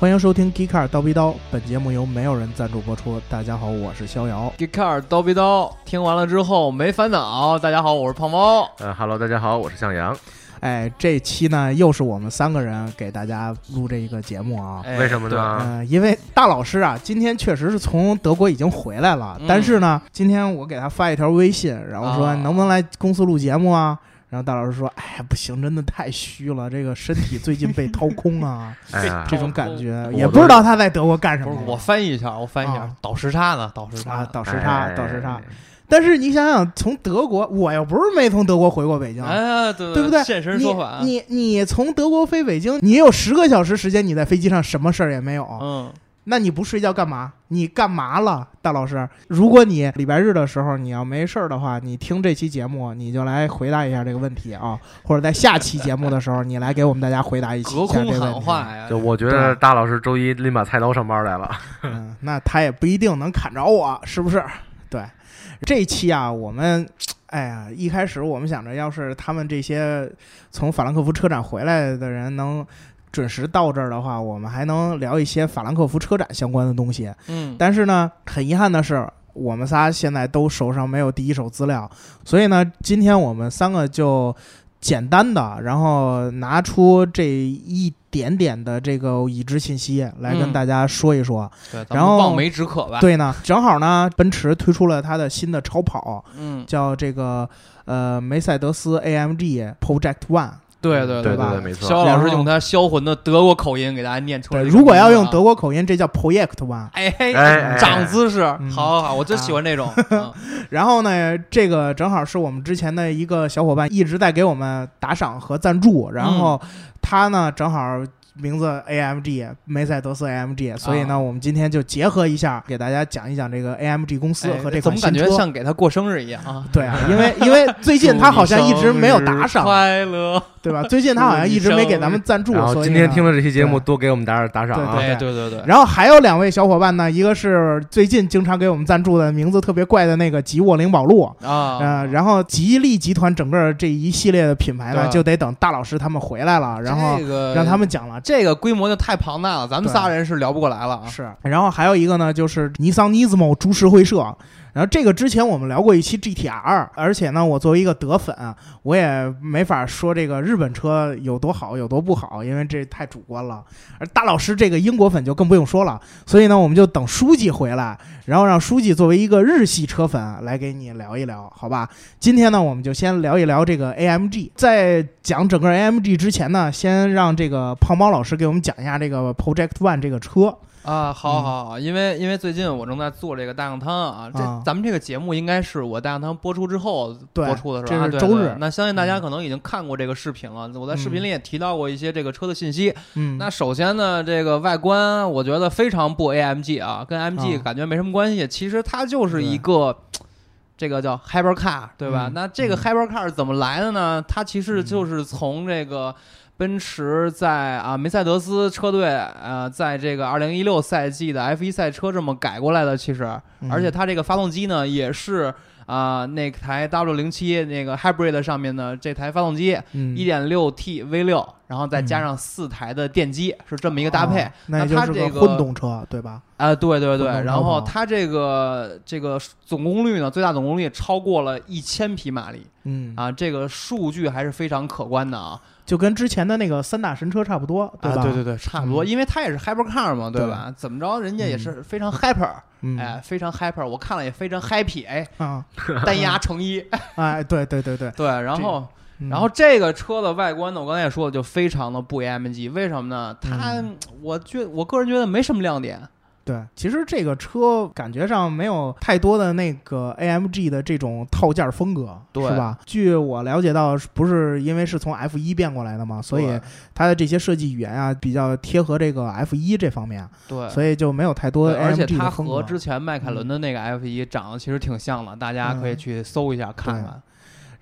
欢迎收听《g e e k a r 刀逼刀》，本节目由没有人赞助播出。大家好，我是逍遥。 g i c a r 刀逼刀，听完了之后没烦恼。大家好，我是胖猫。啊呃哈喽，大家好，我是向阳。哎，这期呢又是我们三个人给大家录这一个节目啊。哎为什么？呢？嗯、因为大老师啊，今天确实是从德国已经回来了，嗯但是呢，今天我给他发一条微信，然后说啊能不能来公司录节目啊？然后大老师说：“哎呀，不行，真的太虚了，这个身体最近被掏空 啊，哎呀，这种感觉掏空也不知道他在德国干什不么是，。我翻译一下，我翻译一下啊，倒时差呢，倒时差啊，，倒时哎差，倒时差。。但是你想想，从德国，我又不是没从德国回过北京，哎，对对不对现身说啊法，你你你从德国飞北京，你有十个小时时间，你在飞机上什么事儿也没有，嗯，那你不睡觉干嘛？你干嘛了，大老师？如果你礼拜日的时候你要没事儿的话，你听这期节目，你就来回答一下这个问题啊，或者在下期节目的时候，你来给我们大家回答一下隔一下空这个喊问题。啊话呀，就我觉得大老师周一拎把菜刀上班来了。嗯，那他也不一定能砍着我，是不是？对，这一期啊，我们，哎呀，一开始我们想着，要是他们这些从法兰克福车展回来的人能准时到这儿的话，我们还能聊一些法兰克福车展相关的东西。嗯，但是呢，很遗憾的是，我们仨现在都手上没有第一手资料，所以呢，今天我们三个就简单的，然后拿出这一点点的这个已知信息来跟嗯大家说一说。对，咱然后们望梅止渴吧，，对呢，正好呢，奔驰推出了它的新的超跑，嗯，叫这个呃梅赛德斯 AMG Project One。对嗯对对吧对，没错。肖老然后师用他销魂的德国口音给大家念出来对，这个名字啊。如果要用德国口音，这叫 Project One。哎哎嘿，哎长姿势，嗯啊好好好，我就喜欢这种。 嗯然后呢，这个正好是我们之前的一个小伙伴一直在给我们打赏和赞助，然后嗯他呢正好。名字 AMG 梅赛德斯 AMG，所以呢，啊我们今天就结合一下，给大家讲一讲这个 AMG 公司和这哎款怎么新感车。觉像给他过生日一样啊？对啊，因为因为最 近他好像一直没有打赏祝你生日，快乐。 对吧？最近他好像一直没给咱们赞助，嗯然后所以今呢天听了这期节目，对多给我们打打赏啊！哎，对对对对，然后还有两位小伙伴呢，一个是最近经常给我们赞助的名字特别怪的那个吉沃灵宝路。啊，呃，然后吉利集团整个这一系列的品牌呢，对就得等大老师他们回来了，然后这个让他们讲了。这这个规模就太庞大了，咱们对仨人是聊不过来了啊。是，然后还有一个呢，就是尼桑 Nismo 株式会社。然后这个之前我们聊过一期 GTR，而且呢，我作为一个德粉，我也没法说这个日本车有多好有多不好，因为这太主观了。而大老师这个英国粉就更不用说了，所以呢，我们就等书记回来，然后让书记作为一个日系车粉来给你聊一聊，好吧？今天呢，我们就先聊一聊这个 AMG。在讲整个 AMG 之前呢，先让这个胖猫老师给我们讲一下这个 Project One 这个车。啊，好嗯好好，因为因为最近我正在做这个大酱汤啊，这啊咱们这个节目应该是我大酱汤播出之后对播出的是这吧？啊是对周对日嗯那相信大家可能已经看过这个视频了，我在视频里也提到过一些这个车的信息。嗯，那首先呢，这个外观我觉得非常不 AMG 啊，跟 AMG 啊感觉没什么关系，其实它就是一个。这个叫 hyper car，对吧？嗯那这个嗯 hyper car 怎么来的呢？它其实就是从这个奔驰在啊梅赛德斯车队呃，在这个2016赛季的 F 1赛车这么改过来的。其实，嗯而且它这个发动机呢，也是啊、那台 W 0 7那个 hybrid 上面的这台发动机，嗯一点六 T V 六，然后再加上四台的电机，是这么一个搭配。哦啊、那那也就它是这个混动车，对吧？对对对，不能然超跑后它这个这个总功率呢，最大总功率超过了一千匹马力嗯，啊，这个数据还是非常可观的啊。就跟之前的那个三大神车差不多，啊，吧？对对对，差不多，因为它也是 hyper car 嘛，对对吧？怎么着，人家也是非常 hyper，、嗯，哎，非常 hyper，我看了也非常 happy，哎， 啊，单压乘一，哎，对对对 对，对，然后。嗯然后这个车的外观呢，我刚才也说了，就非常的不 AMG，为什么呢？它，嗯我觉我个人觉得没什么亮点，对，其实这个车感觉上没有太多的那个 AMG 的这种套件风格，对是吧？据我了解到，不是因为是从 F 一变过来的嘛，所以它的这些设计语言啊比较贴合这个 F 一这方面，对，所以就没有太多对而且 AMG 它的风格嗯和。之前迈凯伦的那个 F 一长得其实挺像的，大家可以去搜一下看看。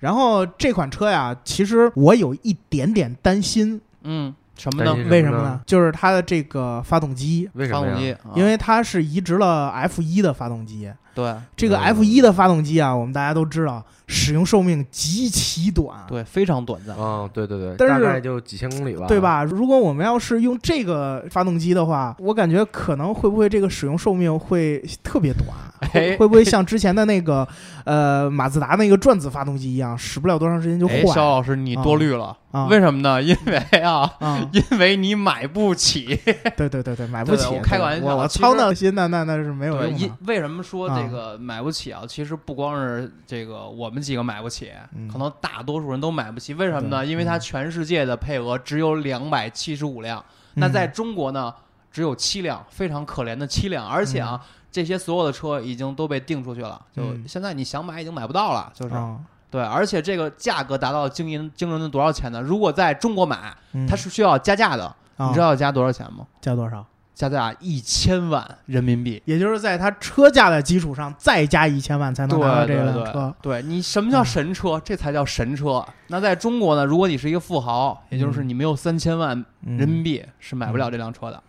然后这款车呀，其实我有一点点担心，嗯，什么呢担？心为什什么么呢呢？就是它的这个发动机，哎为什发么动呀？机，因为为它是移植了 F 一的发动机，啊对这个嗯 F 一的发动机啊，我们大家都知道，使用寿命极其短，对，非常短哦暂。哎嗯，对对对，但大是概就几千公里吧，对？吧？如果我们要是用这个发动机的话，我感觉可能会不会这个使用寿命会特别短？哎会会不会像之前的那个呃马自达那个转子发动机一样，使不了多长时间就坏哎，肖老师，你多虑了，啊为什么呢？因为啊，啊？因为你买不起。对对对对，买不对起。对我开个玩笑我我其实操那心，那那那是没有对，用啊因的。为什么说这个买不起啊？其实不光是这个我们几个买不起嗯，可能大多数人都买不起。为什么呢？对嗯因为它全世界的配额只有两百七十五辆，那嗯在中国呢只有七辆，非常可怜的七辆。而且啊，这些所有的车已经都被定出去了，就嗯现在你想买已经买不到了，就嗯是啊，对。而且这个价格达到惊人惊人的多少钱呢？如果在中国买，嗯它是需要加价的，啊你知道要加多少钱吗？加多少？加价一千万人民币。也就是在它车价的基础上再加一千万才能对拿到这对辆对车。嗯对你什么叫神车？这才叫神车。那在中国呢，如果你是一个富豪，也就是你没有三千万嗯人民币，是买不了这辆车的。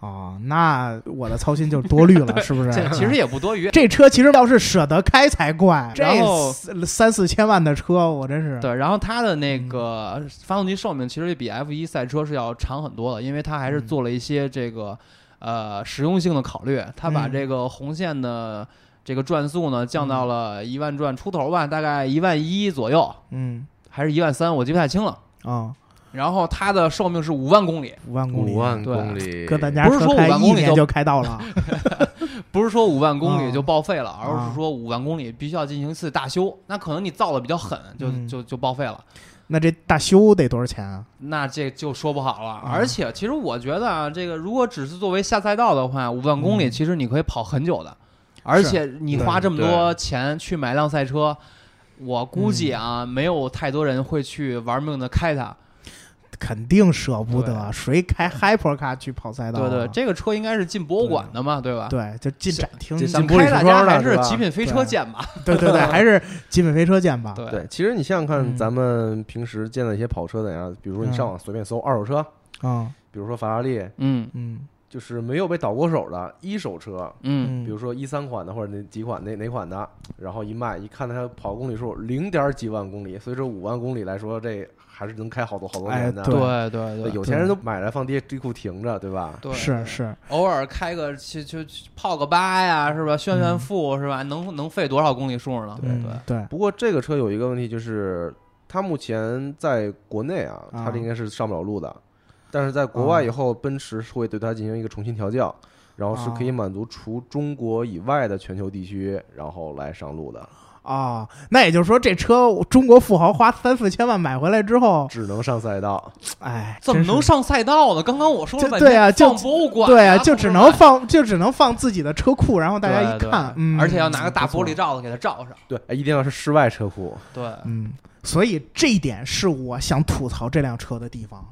哦，那我的操心就多虑了，是不是这？其实也不多余。这车其实要是舍得开才怪，这然后四三四千万的车，我真是哦对，然后它的嗯那个发动机寿命其实比 F 一赛车是要长很多的，因为它还是嗯做了一些这个呃实用性的考虑，它把嗯这个红线的这个转速呢降到了一万转出头吧，大概一万一左右，嗯还是一万三，我记不太清了。啊，然后它的寿命是五万公里，五万公里，五万对公里，搁咱家不是车说开五万一公里年就就开到 了，不是说五万公啊里就报废了，而啊是说五万公里必须要进行一次大修。那可能你造的比较狠，就、嗯就就报废了，那这大修得多少钱啊？那这就说不好了。而且，其实我觉得啊，这个如果只是作为下赛道的话，五万公里嗯其实你可以跑很久的，而且你花这么多钱去买辆赛车。我估计啊，没有太多人会去玩命的开它。肯定舍不得，对谁开 hyper car 去跑赛道对啊？对，这个车应该是进博物馆的嘛，对吧？对，就进展厅，这进想进玻璃开大橱家窗的还是是吧极品飞车对见吧。对 对对，还是极品飞车见吧。对对，其实你想想看，嗯咱们平时见的一些跑车怎样？比如说你上网随便搜二手车，啊，比如说法拉利，嗯嗯就是没有被倒过手的一手车，嗯，嗯，比如说一三款的或者哪几款哪哪款的，然后一卖，一看它跑公里数零点几万公里，所以说五万公里来说，这还是能开好多好多哎年的。对对对对，有钱人都买来放地地库停着，对吧？对是是，偶尔开个去去去泡个吧呀，是吧？炫炫腹、是吧？能能费多少公里数呢？嗯对，对，不过这个车有一个问题，就是它目前在国内啊，啊它这应该是上不了路的。但是在国外以后，奔驰是会对它进行一个重新调教，然后是可以啊满足除中国以外的全球地区，然后来上路的，啊，那也就是说，这车中国富豪花三四千万买回来之后，只能上赛道。哎，怎么真是能上赛道呢？刚刚我说了就半对天，啊就放博物馆、对啊，就只能放就只能放自己的车库，然后大家一看，对对嗯，而且要拿个大不错玻璃，罩子给它罩上。对，哎一定要是室外车库。对，嗯，所以这一点是我想吐槽这辆车的地方。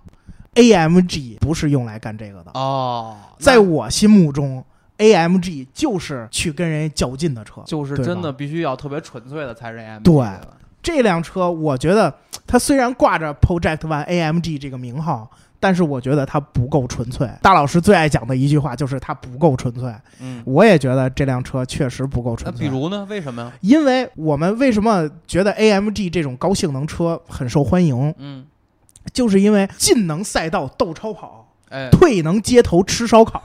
AMG 不是用来干这个的，哦，那在我心目中，AMG 就是去跟人较劲的车。就是对吧真的必须要特别纯粹的才是 AMG。对这辆车，我觉得它虽然挂着 Project One AMG 这个名号，但是我觉得它不够纯粹。大老师最爱讲的一句话就是它不够纯粹。嗯，我也觉得这辆车确实不够那纯比粹。如呢？为什么呀？因为我们为什么觉得 AMG 这种高性能车很受欢迎，嗯，就是因为进能赛道斗超跑，哎，退能街头吃烧烤，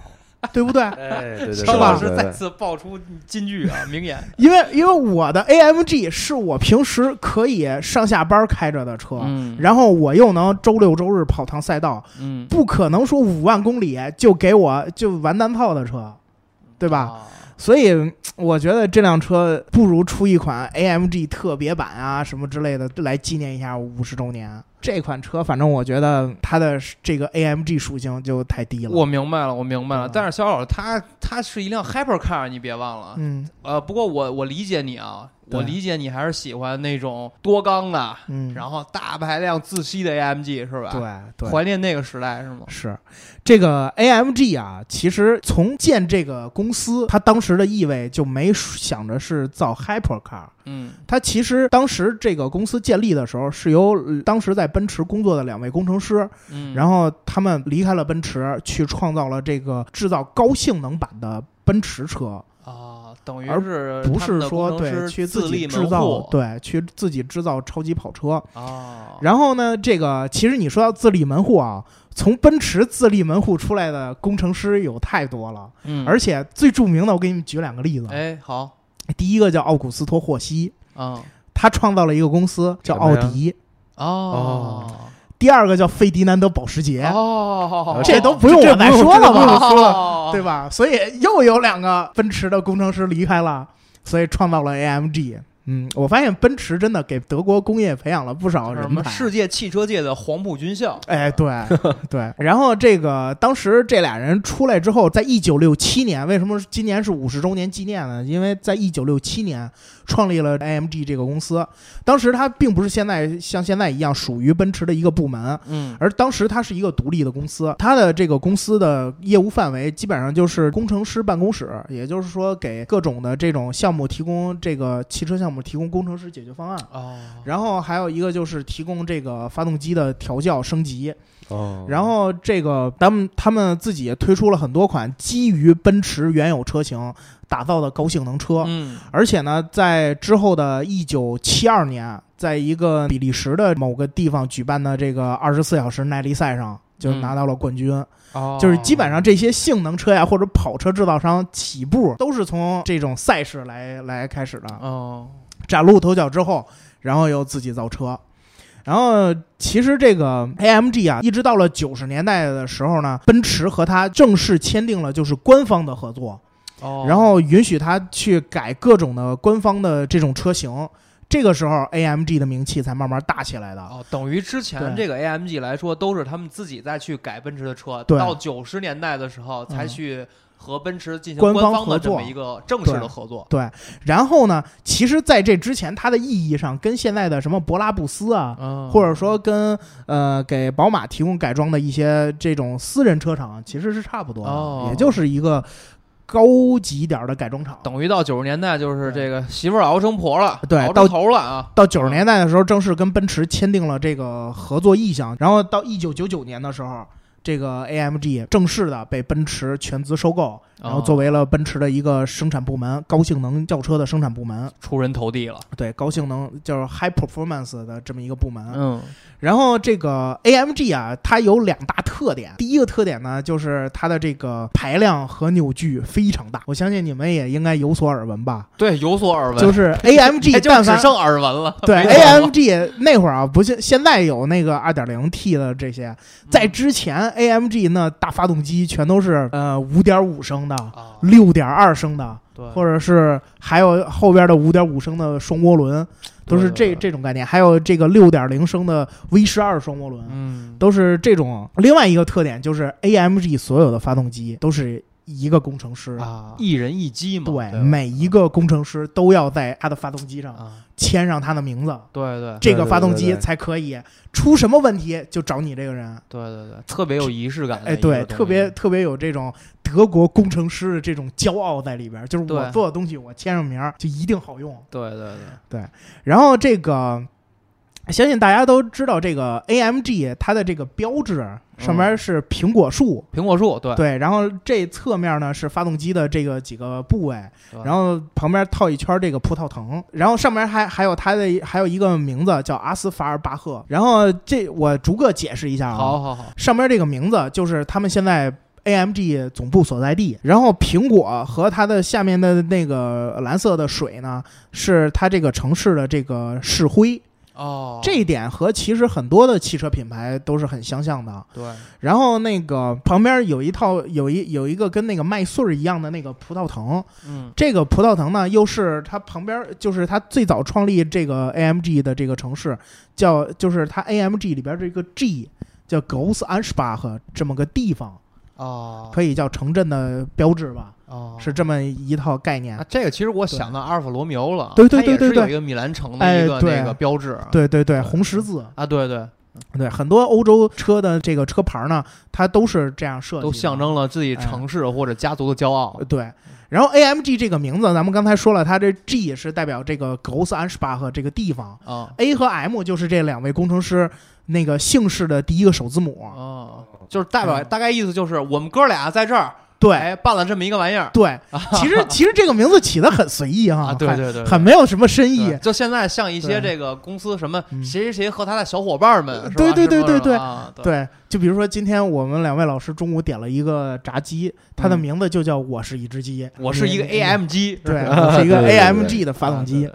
对不对？哎，对对对，肖老师对再次爆出金句啊，名言。因为因为我的 AMG 是我平时可以上下班开着的车，嗯然后我又能周六周日跑趟赛道，嗯，不可能说五万公里就给我就完蛋炮的车，对对吧？？所以嗯我觉得这辆车不如出一款 AMG 特别版啊什么之类的来纪念一下五十周年。这款车反正我觉得它的这个 AMG 属性就太低了。我明白了，我明白了。对吧但是肖老师他他是一辆 hyper car，你别忘了。嗯呃，不过我我理解你啊，对我理解你还是喜欢那种多缸的，嗯，然后大排量自吸的 AMG 是吧？对对怀念那个时代是吗？是这个 AMG 啊，其实从建这个公司，它当时的意味就没想着是造 hypercar。嗯它其实当时这个公司建立的时候，是由呃当时在奔驰工作的两位工程师，嗯，然后他们离开了奔驰，去创造了这个制造高性能版的奔驰车。后啊，等于而是不他们是的说工程对师去自自己立制门造，户对去自己制造超级跑车。哦，然后呢，这个其实你说到自立门户啊，从奔驰自立门户出来的工程师有太多了，嗯而且最著名的，我给你们举两个例子。啊哎好，第一个叫奥古斯托·霍希，嗯他创造了一个公司叫什么奥呀迪；哦第二个叫费迪南德·保时捷，哦，呃这都不用我再说了吧？ 了哦对吧？所以又有两个奔驰的工程师离开了，所以创造了 AMG。嗯，我发现奔驰真的给德国工业培养了不少什人么才。世界汽车界的黄埔军校？哎，对对，然后这个当时这俩人出来之后，在一九六七年，为什么今年是五十周年纪念呢？因为在一九六七年创立了 AMG 这个公司，当时它并不是现在像现在一样属于奔驰的一个部门，嗯而当时它是一个独立的公司，它的这个公司的业务范围基本上就是工程师办公室，也就是说给各种的这种项目提供这个汽车项目提供工程师解决方案，哦，然后还有一个就是提供这个发动机的调教升级，哦然后这个咱们他们自己也推出了很多款基于奔驰原有车型打造的高性能车，嗯而且呢，在之后的一九七二年，在一个比利时的某个地方举办的这个二十四小时耐力赛上，就拿到了冠军。哦，就是基本上这些性能车呀或者跑车制造商起步都是从这种赛事来来开始的，哦，崭露头角之后，然后又自己造车。然后，其实这个 AMG 啊，一直到了九十年代的时候呢，奔驰和它正式签订了就是官方的合作，哦然后允许他去改各种的官方的这种车型。这个时候，AMG 的名气才慢慢大起来的。哦，等于之前对这个 AMG 来说，都是他们自己再去改奔驰的车，对到九十年代的时候才去和奔驰进行官官方合的这作么一个正式对的合作。然后呢，其实在这之前，它的意义上跟现在的什么博拉布斯啊，嗯或者说跟呃给宝马提供改装的一些这种私人车厂，其实是差不多的，哦也就是一个高级一点的改装厂。等于到九十年代，就是这个媳妇儿熬成婆了，对熬到成头了啊。到九十年代的时候，正式跟奔驰签订了这个合作意向，然后到一九九九年的时候，这个 AMG 正式的被奔驰全资收哦购，然后作为了奔驰的一个生产部门，高性能轿车的生产部门，出人头地了，对，高性能就是 high performance 的这么一个部门。嗯然后这个 AMG 啊，它有两大特点，第一个特点呢，就是它的这个排量和扭矩非常大，我相信你们也应该有所耳闻吧，对，有所耳闻，就是 AMG 哎就但只凡剩耳闻了。对没有了，AMG 那会儿啊，不像现在有那个二点零 T 的这些，嗯在之前 AMG 那大发动机全都是呃五点五升的、啊，六点二升的，对，或者是还有后边的五点五升的双涡轮，都是对这对对这种概念，还有这个六点零升的 V 十二双涡轮，嗯，都是这种。另外一个特点就是 AMG 所有的发动机都是一个工程师。啊，一人一机嘛，对，吧每一个工程师都要在他的发动机上啊，签上他的名字，对对这个发动机对对对对才可以。出什么问题就找你这个人。对对对，特别有仪式感的哎，一个东西。对，特别特别有这种德国工程师的这种骄傲在里边，就是我对做的东西我签上名儿就一定好用。对对对，然后这个。相信大家都知道这个 AMG 它的这个标志上面嗯是苹果树，苹果树，对对，然后这侧面呢是发动机的这个几个部位，对然后旁边套一圈这个葡萄藤，然后上面还还有它的还有一个名字叫阿斯法尔巴赫，然后这我逐个解释一下啊，好好好，上面这个名字就是他们现在 AMG 总部所在地，然后苹果和它的下面的那个蓝色的水呢，是它这个城市的这个市徽，哦，这一点和其实很多的汽车品牌都是很相像的。啊对，然后那个旁边有一套有一有一个跟那个麦穗儿一样的那个葡萄藤，嗯，这个葡萄藤呢，又是它旁边就是它最早创立这个 AMG 的这个城市，叫就是它 AMG 里边这个 G 叫 g o s a n s p a c h 这么个地方，哦，可以叫城镇的标志吧，哦，是这么一套概念啊，。这个其实我想到阿尔法罗密欧了，对对对它也对是对有一个米兰城哎的一个对那个标志，对对对，红十字，啊，对对，对很多欧洲车的这个车牌呢，它都是这样设计的，都象征了自己哎城市或者家族的骄傲呃。对，然后 AMG 这个名字，咱们刚才说了，它这 G 是代表这个 g o s a n s p a c h 这个地方啊，A 和 M 就是这两位工程师那个姓氏的第一个首字母。哦，就是代表嗯大概意思就是我们哥俩在这儿对哎，办了这么一个玩意儿对，其实其实这个名字起的很随意哈，哎啊，对很对对，很没有什么深对意。就现在像一些对这个公司什么嗯谁谁谁和他的小伙伴们，是吧对对是不是对对对啊对对，就比如说今天我们两位老师中午点了一个炸鸡，它的嗯名字就叫“我是一只鸡”，我是一个嗯 AMG， 对，我是一个对对对 AMG 的发动机啊。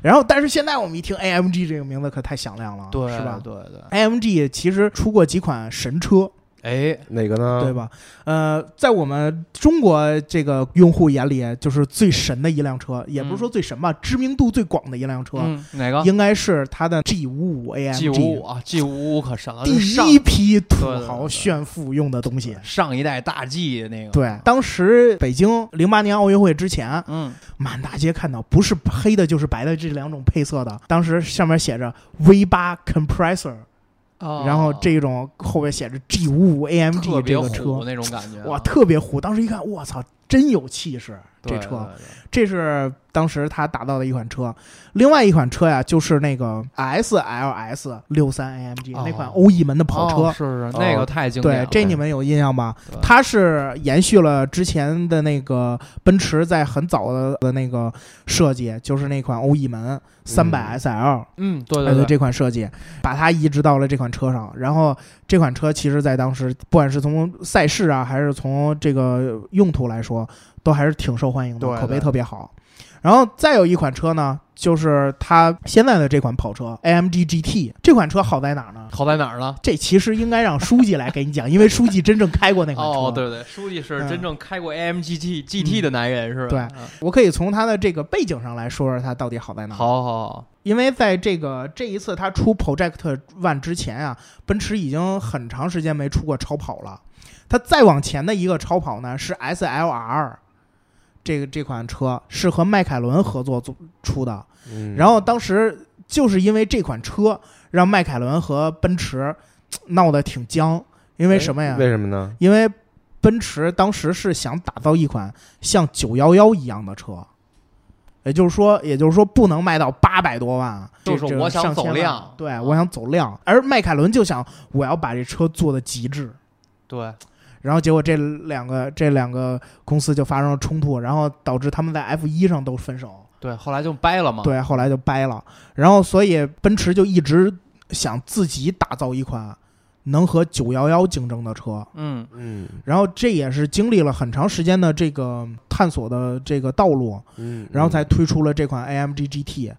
然后，但是现在我们一听 AMG 这个名字可太响亮了，对对对是吧对对， ？AMG 其实出过几款神车，哎，哪个呢？对吧？嗯呃，在我们中国这个用户眼里，就是最神的一辆车，也不是说最神吧，知名度最广的一辆车，嗯，哪个应该是它的，E G 五五 G 五 AMG，啊？G 五可神了，第这上一批土对对对豪对炫富用的东西。上一代大 G 那个，对，当时北京零八年奥运会之前，嗯，满大街看到不是黑的就是白的这两种配色的，当时上面写着 V 八 compressor，、哦然后这种后边写着 G 五五 AMG 特别这虎个车，那种感觉啊，哇，特别虎！当时一看，我操，真有气势，这对车。对对这是当时他打造的一款车，另外一款车呀，就是那个 S L S 六三 AMG、哦那款欧翼门的跑车。哦是是是那个哦太经典对了，，这你们有印象吧对？它是延续了之前的那个奔驰在很早的的那个设计，就是那款欧翼门三百 SL，嗯，对哎对，这款设计，把它移植到了这款车上。然后这款车其实，在当时不管是从赛事啊，还是从这个用途来说，都还是挺受欢迎的，对对口碑特别好。然后再有一款车呢，就是它现在的这款跑车 AMG GT。这款车好在哪儿呢？好在哪儿呢？这其实应该让书记来给你讲，因为书记真正开过那款车。哦，对对，书记是嗯真正开过 AMG T GT 嗯的男人是吧？对嗯我可以从它的这个背景上来说说它到底好在哪儿。好好好，因为在这个这一次它出 Project One 之前啊，奔驰已经很长时间没出过超跑了。它再往前的一个超跑呢是 SLR，这个这款车是和迈凯伦合作做出的。嗯然后当时就是因为这款车，让迈凯伦和奔驰嘖闹得挺僵。因为什么呀？为什么呢？因为奔驰当时是想打造一款像911一样的车，也就是说，也就是说不能卖到八百多万啊，就是这这我想上千万走量啊对我想走量，而迈凯伦就想我要把这车做的极致。对，然后结果这两个这两个公司就发生了冲突，然后导致他们在 F 一上都分手，对，后来就掰了嘛。对，后来就掰了。然后所以奔驰就一直想自己打造一款能和911竞争的车，嗯，嗯然后这也是经历了很长时间的这个探索的这个道路，嗯，然后才推出了这款 AMG GT。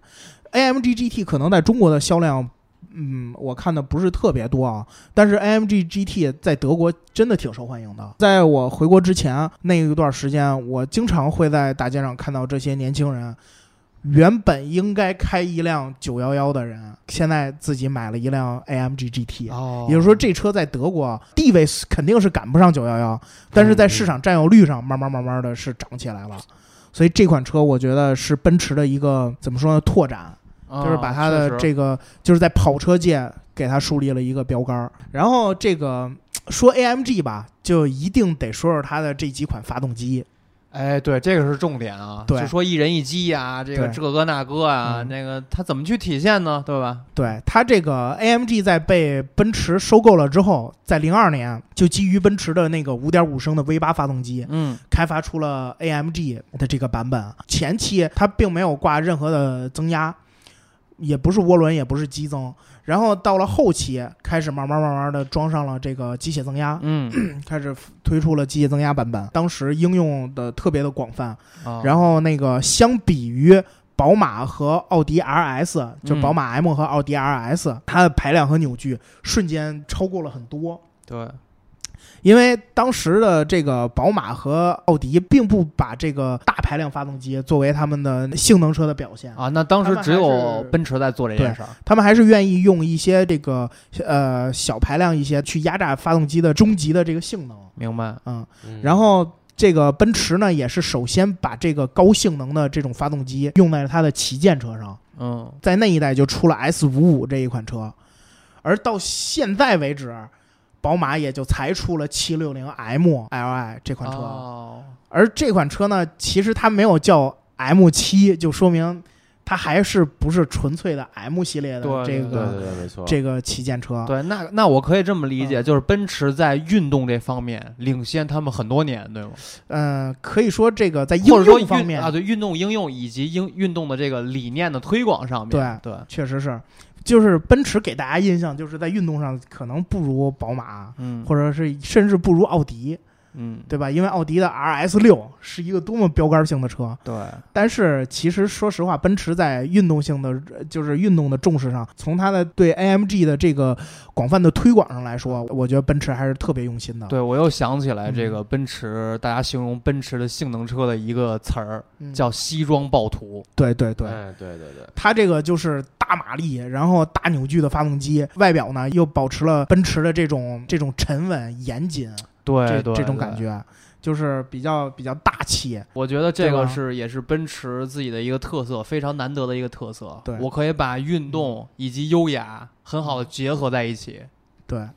AMG GT 可能在中国的销量，嗯，我看的不是特别多啊，但是 AMG GT 在德国真的挺受欢迎的。在我回国之前那一段时间，我经常会在大街上看到这些年轻人。原本应该开一辆911的人，现在自己买了一辆 AMG GT，哦，也就是说，这车在德国啊地位是肯定是赶不上911，但是在市场占有率上，慢慢慢慢的是涨起来了。所以这款车，我觉得是奔驰的一个怎么说呢？拓展，啊就是把它确的实这个，就是在跑车界给它树立了一个标杆儿。然后这个说 AMG 吧，就一定得说说它的这几款发动机。哎，对，这个是重点啊，对就说一人一机呀，这个对这个那个啊，嗯那个他怎么去体现呢？对吧？对它这个 AMG 在被奔驰收购了之后，在零二年就基于奔驰的那个五点五升的 V 八发动机，嗯，开发出了 AMG 的这个版本。前期它并没有挂任何的增压，也不是涡轮，也不是激增。然后到了后期，开始慢慢慢慢的装上了这个机械增压， 嗯，开始推出了机械增压版本。当时应用的特别的广泛。啊然后那个相比于宝马和奥迪 RS，就嗯宝马 M 和奥迪 RS，、它的排量和扭矩瞬间超过了很多。对，因为当时的这个宝马和奥迪并不把这个大排量发动机作为他们的性能车的表现，啊，那当时只他们有还是奔驰在做这件事儿，他们还是愿意用一些这个呃小排量一些去压榨发动机的终极的这个性能，明白？嗯，嗯然后。这个奔驰呢，也是首先把这个高性能的这种发动机用在了它的旗舰车上，嗯，在那一代就出了 S 五五这一款车，而到现在为止，宝马也就才出了七六零 M Li 这款车，哦而这款车呢，其实它没有叫 M 七，就说明它还是不是纯粹的 M 系列的对这对对个对，没错，呃这个旗舰车？对，那那我可以这么理嗯解，就是奔驰在运动这方面领先他们很多年，对吗？嗯，可以说这个在应或者说用运方面啊，对运动应用以及应运动的这个理念的推广上面，对对，确实是，就是奔驰给大家印象就是在运动上可能不如宝马，嗯或者是甚至不如奥迪，嗯对吧？因为奥迪的 RS 六是一个多么标杆性的车，对，但是其实说实话，奔驰在运动性的呃就是运动的重视上，从它的对 AMG 的这个广泛的推广上来说，我觉得奔驰还是特别用心的。，对我又想起来这啊嗯个奔驰，大家形容奔驰的性能车的一个词儿嗯、叫西装暴徒，对对对。哎对对对，它这个就是大马力，然后大扭矩的发动机，外表呢又保持了奔驰的这种这种沉稳严谨，对这对这种对感觉，就是比较比较大气。我觉得这对吧啊个是也是奔驰自己的一个特色，非常难得的一个特色。对嗯我可以把运动以及优雅很好的结合在一起。对，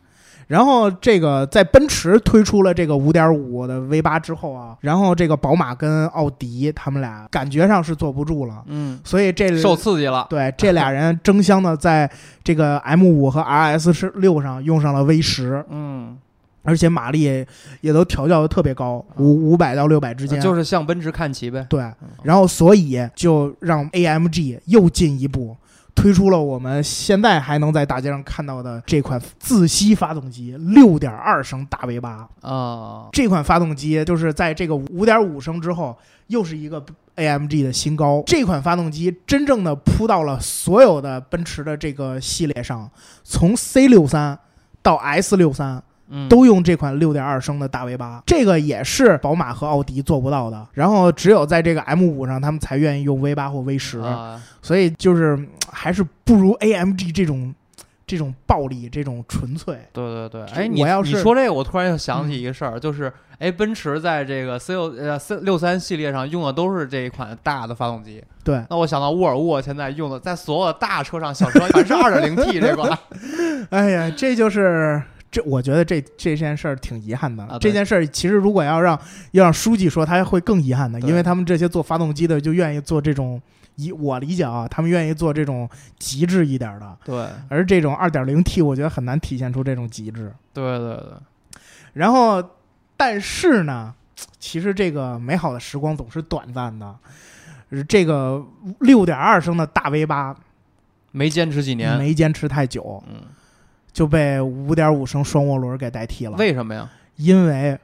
然后这个在奔驰推出了这个5.5的 V 8之后啊，然后这个宝马跟奥迪他们俩感觉上是坐不住了，嗯，所以这受刺激了。对这俩人争相的在这个 M 5和 RS 是六上用上了 V 1 0嗯，而且马力也都调教的特别高，五五百到六百之间，就是是向奔驰看齐呗。对，然后所以就让 AMG 又进一步。推出了我们现在还能在大街上看到的这款自吸发动机，六点二升大 V 八，啊、这款发动机就是在这个五点五升之后，又是一个 AMG 的新高。这款发动机真正的扑到了所有的奔驰的这个系列上，从 C 六三到 S 六三嗯，都用这款六点二升的大 V 八，这个也是宝马和奥迪做不到的。然后只有在这个 M 五上，他们才愿意用 V 八或 V 十、啊、所以就是嗯还是不如 AMG 这种这种暴力、这种纯粹。对对对，这哎，你我要你是嗯说这个，我突然又想起一个事儿，就是哎，奔驰在这个 C 六呃 C 六三系列上用的都是这一款大的发动机。对，那我想到沃尔沃现在用的，在所有的大车上，小车全是二点零 T 这款。哎呀，这就是这，我觉得这这件事儿挺遗憾的。啊对这件事儿其实如果要让要让书记说，他会更遗憾的，对因为他们这些做发动机的就愿意做这种，以我理解啊，他们愿意做这种极致一点儿的，对而这种二点零 T 我觉得很难体现出这种极致。 对对对，然后，但是呢，其实这个美好的时光总是短暂的。呃这个六点二升的大 V 八没坚持几年。没坚持太久，嗯，就被五点五升双涡轮给代替了。为什么呀？因为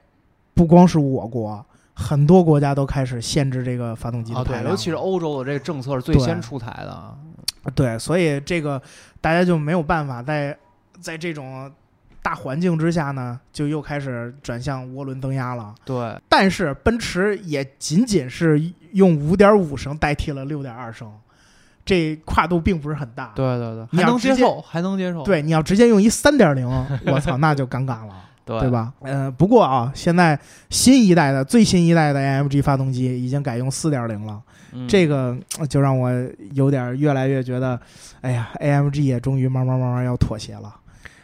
不光是我国，很多国家都开始限制这个发动机的啊，排量对，了、尤其是欧洲的这个政策是最对先出台的啊。对，所以这个大家就没有办法在在这种大环境之下呢，就又开始转向涡轮增压了。对，但是奔驰也仅仅是用五点五升代替了六点二升，这跨度并不是很大。对对你对，还要能直接接受，还能接受，对，你要直接用一三 点零，我操，那就尴尬了。对对？吧？呃，不过啊，现在新一代的最新一代的 AMG 发动机已经改用4.0了，嗯这个呃就让我有点越来越觉得，哎呀，AMG 也终于慢慢慢慢要妥协了，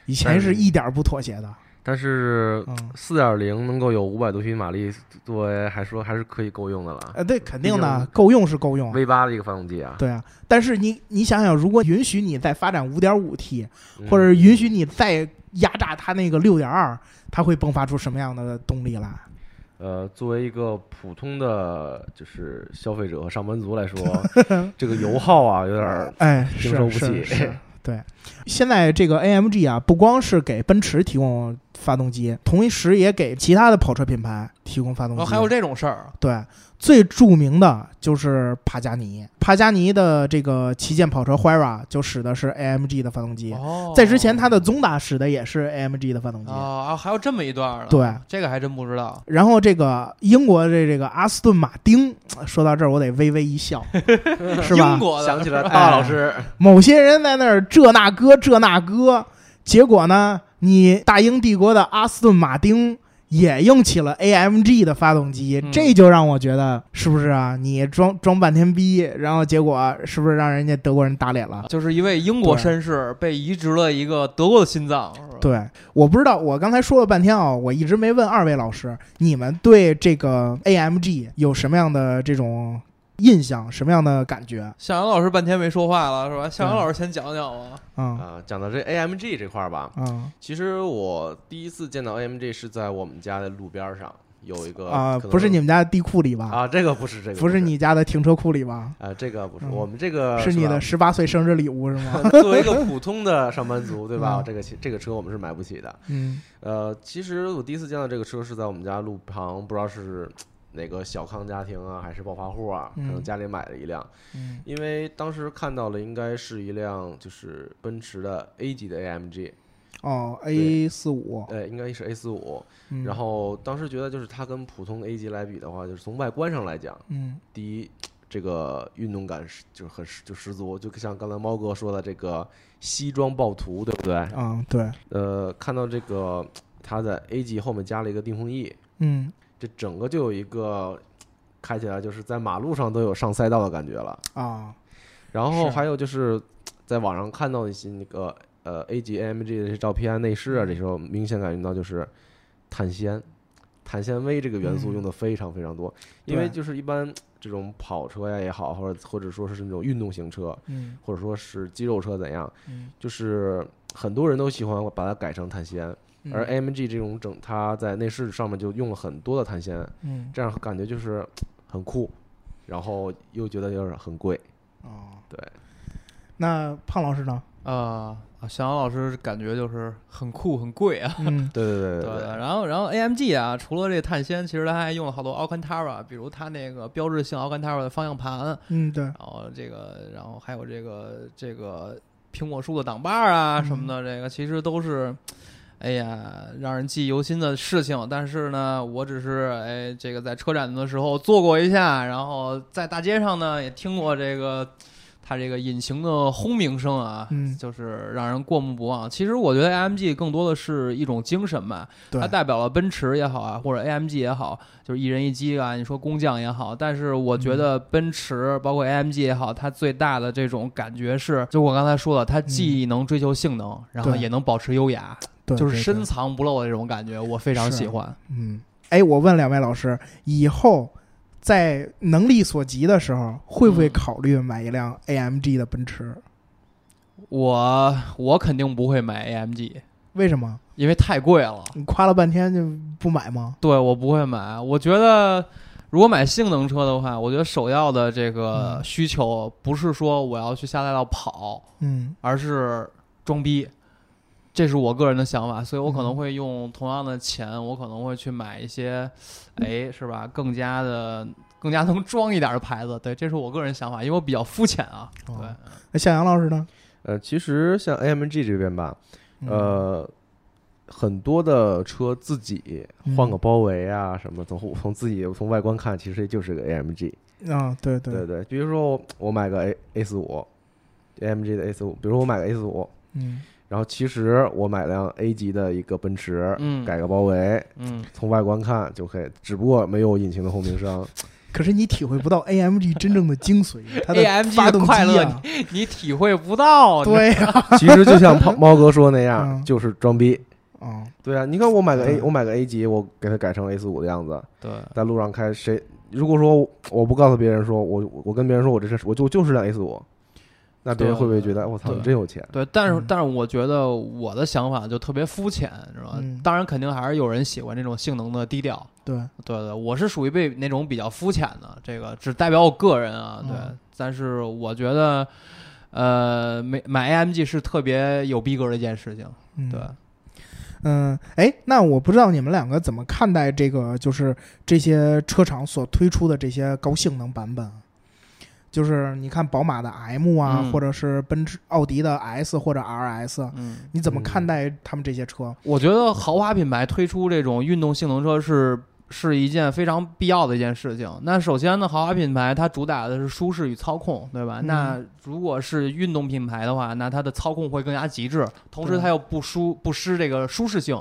以前是一点儿不妥协的，但是嗯，四点零能够有五百多匹马力，作为还说还是可以够用的了。呃，对，肯定的，够用是够用， V 八的一个发动机啊，哦 对啊，但是你你想想，如果允许你再发展 5.5T，嗯或者允许你再压榨它那个6.2，它会迸发出什么样的动力来？呃，作为一个普通的就是消费者和上班族来说，这个油耗啊有点儿哎，经是受不是起 是，对。现在这个 AMG 啊，不光是给奔驰提供发动机，同时也给其他的跑车品牌提供发动机。哦，还有这种事儿，对最著名的就是帕加尼，帕加尼的这个旗舰跑车 Huayra 就使的是 AMG 的发动机，哦，在之前它的宗达使的也是 AMG 的发动机。哦，啊还有这么一段儿呢，对，这个还真不知道，然后这个英国的这个阿斯顿马丁，说到这儿我得微微一笑， 是吧英？国的想起了大老师，哎某些人在那儿这那哥这那哥，结果呢，你大英帝国的阿斯顿马丁也用起了 AMG 的发动机，嗯这就让我觉得是不是啊？你装装半天逼，然后结果是不是让人家德国人打脸了？就是一位英国对绅士被移植了一个德国的心脏，是吧，对，我不知道，我刚才说了半天啊、我一直没问二位老师，你们对这个 AMG 有什么样的这种印象，什么样的感觉？向阳老师半天没说话了，是吧？向阳老师先讲讲吧。嗯啊、讲到这 AMG 这块儿吧，嗯其实我第一次见到 AMG 是在我们家的路边儿上有一个啊，呃可能不是你们家的地库里吧？啊，这个不是这个不是你家的停车库里吧？啊、这个不是、嗯我们这个是你呃吧的十八岁生日礼物是 吗？作为一个普通的上班族，对吧？嗯这个其这个车我们是买不起的。嗯呃，其实我第一次见到这个车是在我们家路旁，不知道是哪个小康家庭啊，还是暴发户啊，可嗯能家里买了一辆。嗯因为当时看到了，应该是一辆就是奔驰的 A 级的 AMG，哦，A 四五，呃，应该是 A 四五。嗯然后当时觉得就是它跟普通 A 级来比的话，就是从外观上来讲，嗯第一，这个运动感是就是很十就十足，就像刚才猫哥说的这个西装暴徒，对不对？啊对，呃，看到这个它在 A 级后面加了一个定风翼，嗯这整个就有一个开起来就是在马路上都有上赛道的感觉了。啊然后是还有就是在网上看到一些那个呃 A 级 AMG 的这些照片啊、内饰嗯啊，这时候明显感觉到就是碳纤、碳纤维这个元素嗯用的非常非常多，因为就是一般这种跑车呀也好，或者或者说是那种运动型车，嗯或者说是肌肉车怎样，嗯，就是很多人都喜欢把它改成碳纤，嗯而 AMG 这种整它在内饰上面就用了很多的碳纤，嗯这样感觉就是很酷，然后又觉得有点很贵。哦对。那胖老师 呢？呃，啊向阳老师感觉就是很酷很贵啊。嗯对对对对对然后然后 AMG 啊，除了这碳纤，其实它还用了好多 Alcantara，比如它那个标志性 Alcantara 的方向盘，嗯对，然后这个，然后还有这个这个苹果树的挡把儿啊什么的，这个其实都是，哎呀，让人记忆犹新的事情。但是呢，我只是哎，这个在车展的时候坐过一下，然后在大街上呢也听过这个它这个引擎的轰鸣声啊，嗯就是让人过目不忘。其实我觉得 AMG 更多的是一种精神吧，对它代表了奔驰也好啊，或者 AMG 也好，就是一人一机啊，你说工匠也好，但是我觉嗯得奔驰包括 AMG 也好，它最大的这种感觉是，就我刚才说的，它既能追求性能，然后对也能保持优雅，对，就是对深对藏不露的这种感觉，我非常喜欢。嗯，哎，我问两位老师，以后在能力所及的时候，会不会嗯考虑买一辆 AMG 的奔驰？我我肯定不会买 AMG，为什么？因为太贵了。你夸了半天就不买吗？对我不会买，我觉得。如果买性能车的话，我觉得首要的这个嗯需求不是说我要去下赛道跑，嗯而是装逼。这是我个人的想法，所以我可能会用同样的钱，我可能会去买一些，哎，是吧？更加的、更加能装一点的牌子。对，这是我个人想法，因为我比较肤浅啊。对，哦那向阳老师呢？呃，其实像 AMG 这边吧，嗯，呃，很多的车自己嗯换个包围啊，什么从从自己从外观看，其实就是个 AMG。啊，对对对对，比如说我买个 A A 四五，AMG 的 A 四五，比如说我买个 A 四五，嗯然后其实我买辆 A 级的一个奔驰，嗯改个包围，嗯，从外观看就可以，只不过没有引擎的轰鸣声。可是你体会不到 AMG 真正的精髓，它 AMG 发动机、啊、快乐你体会不到。对呀、啊，其实就像猫猫哥说那样，嗯就是装逼。哦嗯对啊，你看我买个 A，嗯我买个 A 级，我给它改成 A 四五的样子，对，在路上开，谁如果说我不告诉别人说，我我跟别人说我这是我就就是辆 A 四五，那别人对会不会觉得我操对你真有钱？对，但是嗯但是我觉得我的想法就特别肤浅，是吧？嗯当然，肯定还是有人喜欢这种性能的低调。对， 对对，我是属于被那种比较肤浅的，这个只代表我个人啊。对，嗯但是我觉得，呃，买买 AMG 是特别有逼格的一件事情。嗯对，嗯，哎，那我不知道你们两个怎么看待这个，就是这些车厂所推出的这些高性能版本，啊就是你看宝马的 M 啊，嗯或者是奔驰、奥迪的 S 或者 RS，嗯，你怎么看待他们这些车？我觉得豪华品牌推出这种运动性能车是。是一件非常必要的一件事情。那首先呢，豪华品牌它主打的是舒适与操控，对吧？嗯那如果是运动品牌的话，那它的操控会更加极致，同时对它又不输不失这个舒适性。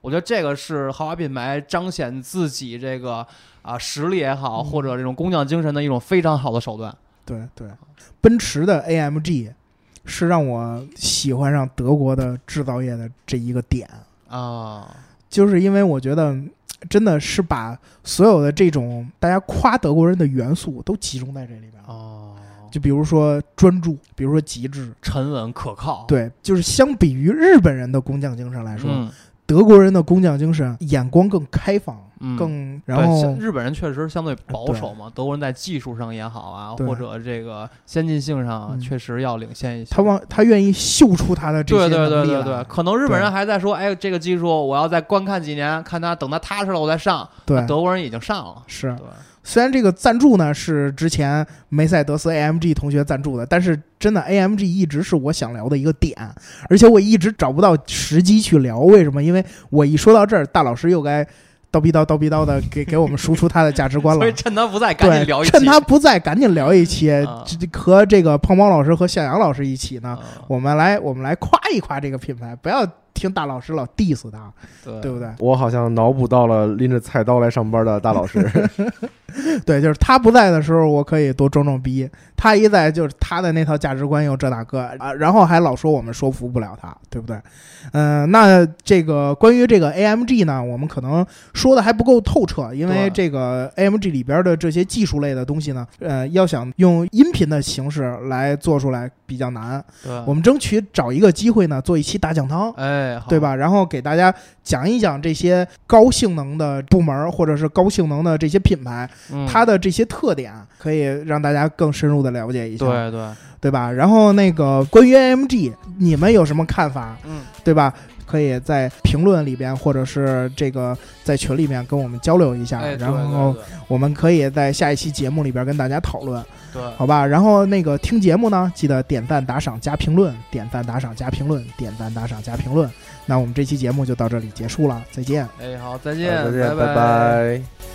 我觉得这个是豪华品牌彰显自己这个啊实力也好，嗯或者这种工匠精神的一种非常好的手段。对对，奔驰的 AMG 是让我喜欢上德国的制造业的这一个点，啊，就是因为我觉得嗯真的是把所有的这种大家夸德国人的元素都集中在这里边了。哦，就比如说专注，比如说极致，沉稳可靠，对，就是相比于日本人的工匠精神来说，哦嗯，德国人的工匠精神眼光更开放，嗯更对然后呃像日本人确实相对保守嘛，德国人在技术上也好啊，对或者这个先进性上嗯确实要领先一些。他往他愿意秀出他的这些对对能对力对来。对，可能日本对人还在说，哎，这个技术我要再观看几年，看他等他踏实了我再上。对德国人已经上了，是对，虽然这个赞助呢是之前梅赛德斯 AMG 同学赞助的，但是真的 AMG 一直是我想聊的一个点，而且我一直找不到时机去聊。为什么？因为我一说到这儿，大老师又该叨逼叨叨逼叨的给给我们输出他的价值观 所了以。趁他不在，赶对紧聊，一期。趁他不在，赶紧聊一期，啊这这和这个胖猫老师和向阳老师一起呢，嗯我们来我们来夸一夸这个品牌，不要听大老师老 diss 他，对对不对？我好像脑补到了拎着菜刀来上班的大老师，对，就是他不在的时候，我可以多装装逼；他一在，就是他的那套价值观又这大哥啊，然后还老说我们说服不了他，对不对？嗯、那这个关于这个 AMG 呢，我们可能说的还不够透彻，因为对这个 AMG 里边的这些技术类的东西呢，呃，要想用音频的形式来做出来比较难。对，我们争取找一个机会呢，做一期大讲堂。哎，嗯好对？吧？然后给大家讲一讲这些高性能的部门儿，或者是高性能的这些品牌，嗯它的这些特点，啊可以让大家更深入的了解一下，对对，对吧？然后那个关于 AMG，你们有什么看法，嗯，对吧？可以在评论里边，或者是这个在群里面跟我们交流一下，哎，对然后对对我们可以在下一期节目里边跟大家讨论，对，好吧？然后那个听节目呢，记得点赞、打赏、加评论，点赞、打赏、加评论，点赞、打赏、加评论。那我们这期节目就到这里结束了，再见。 哎，好，再 再见，见，拜拜。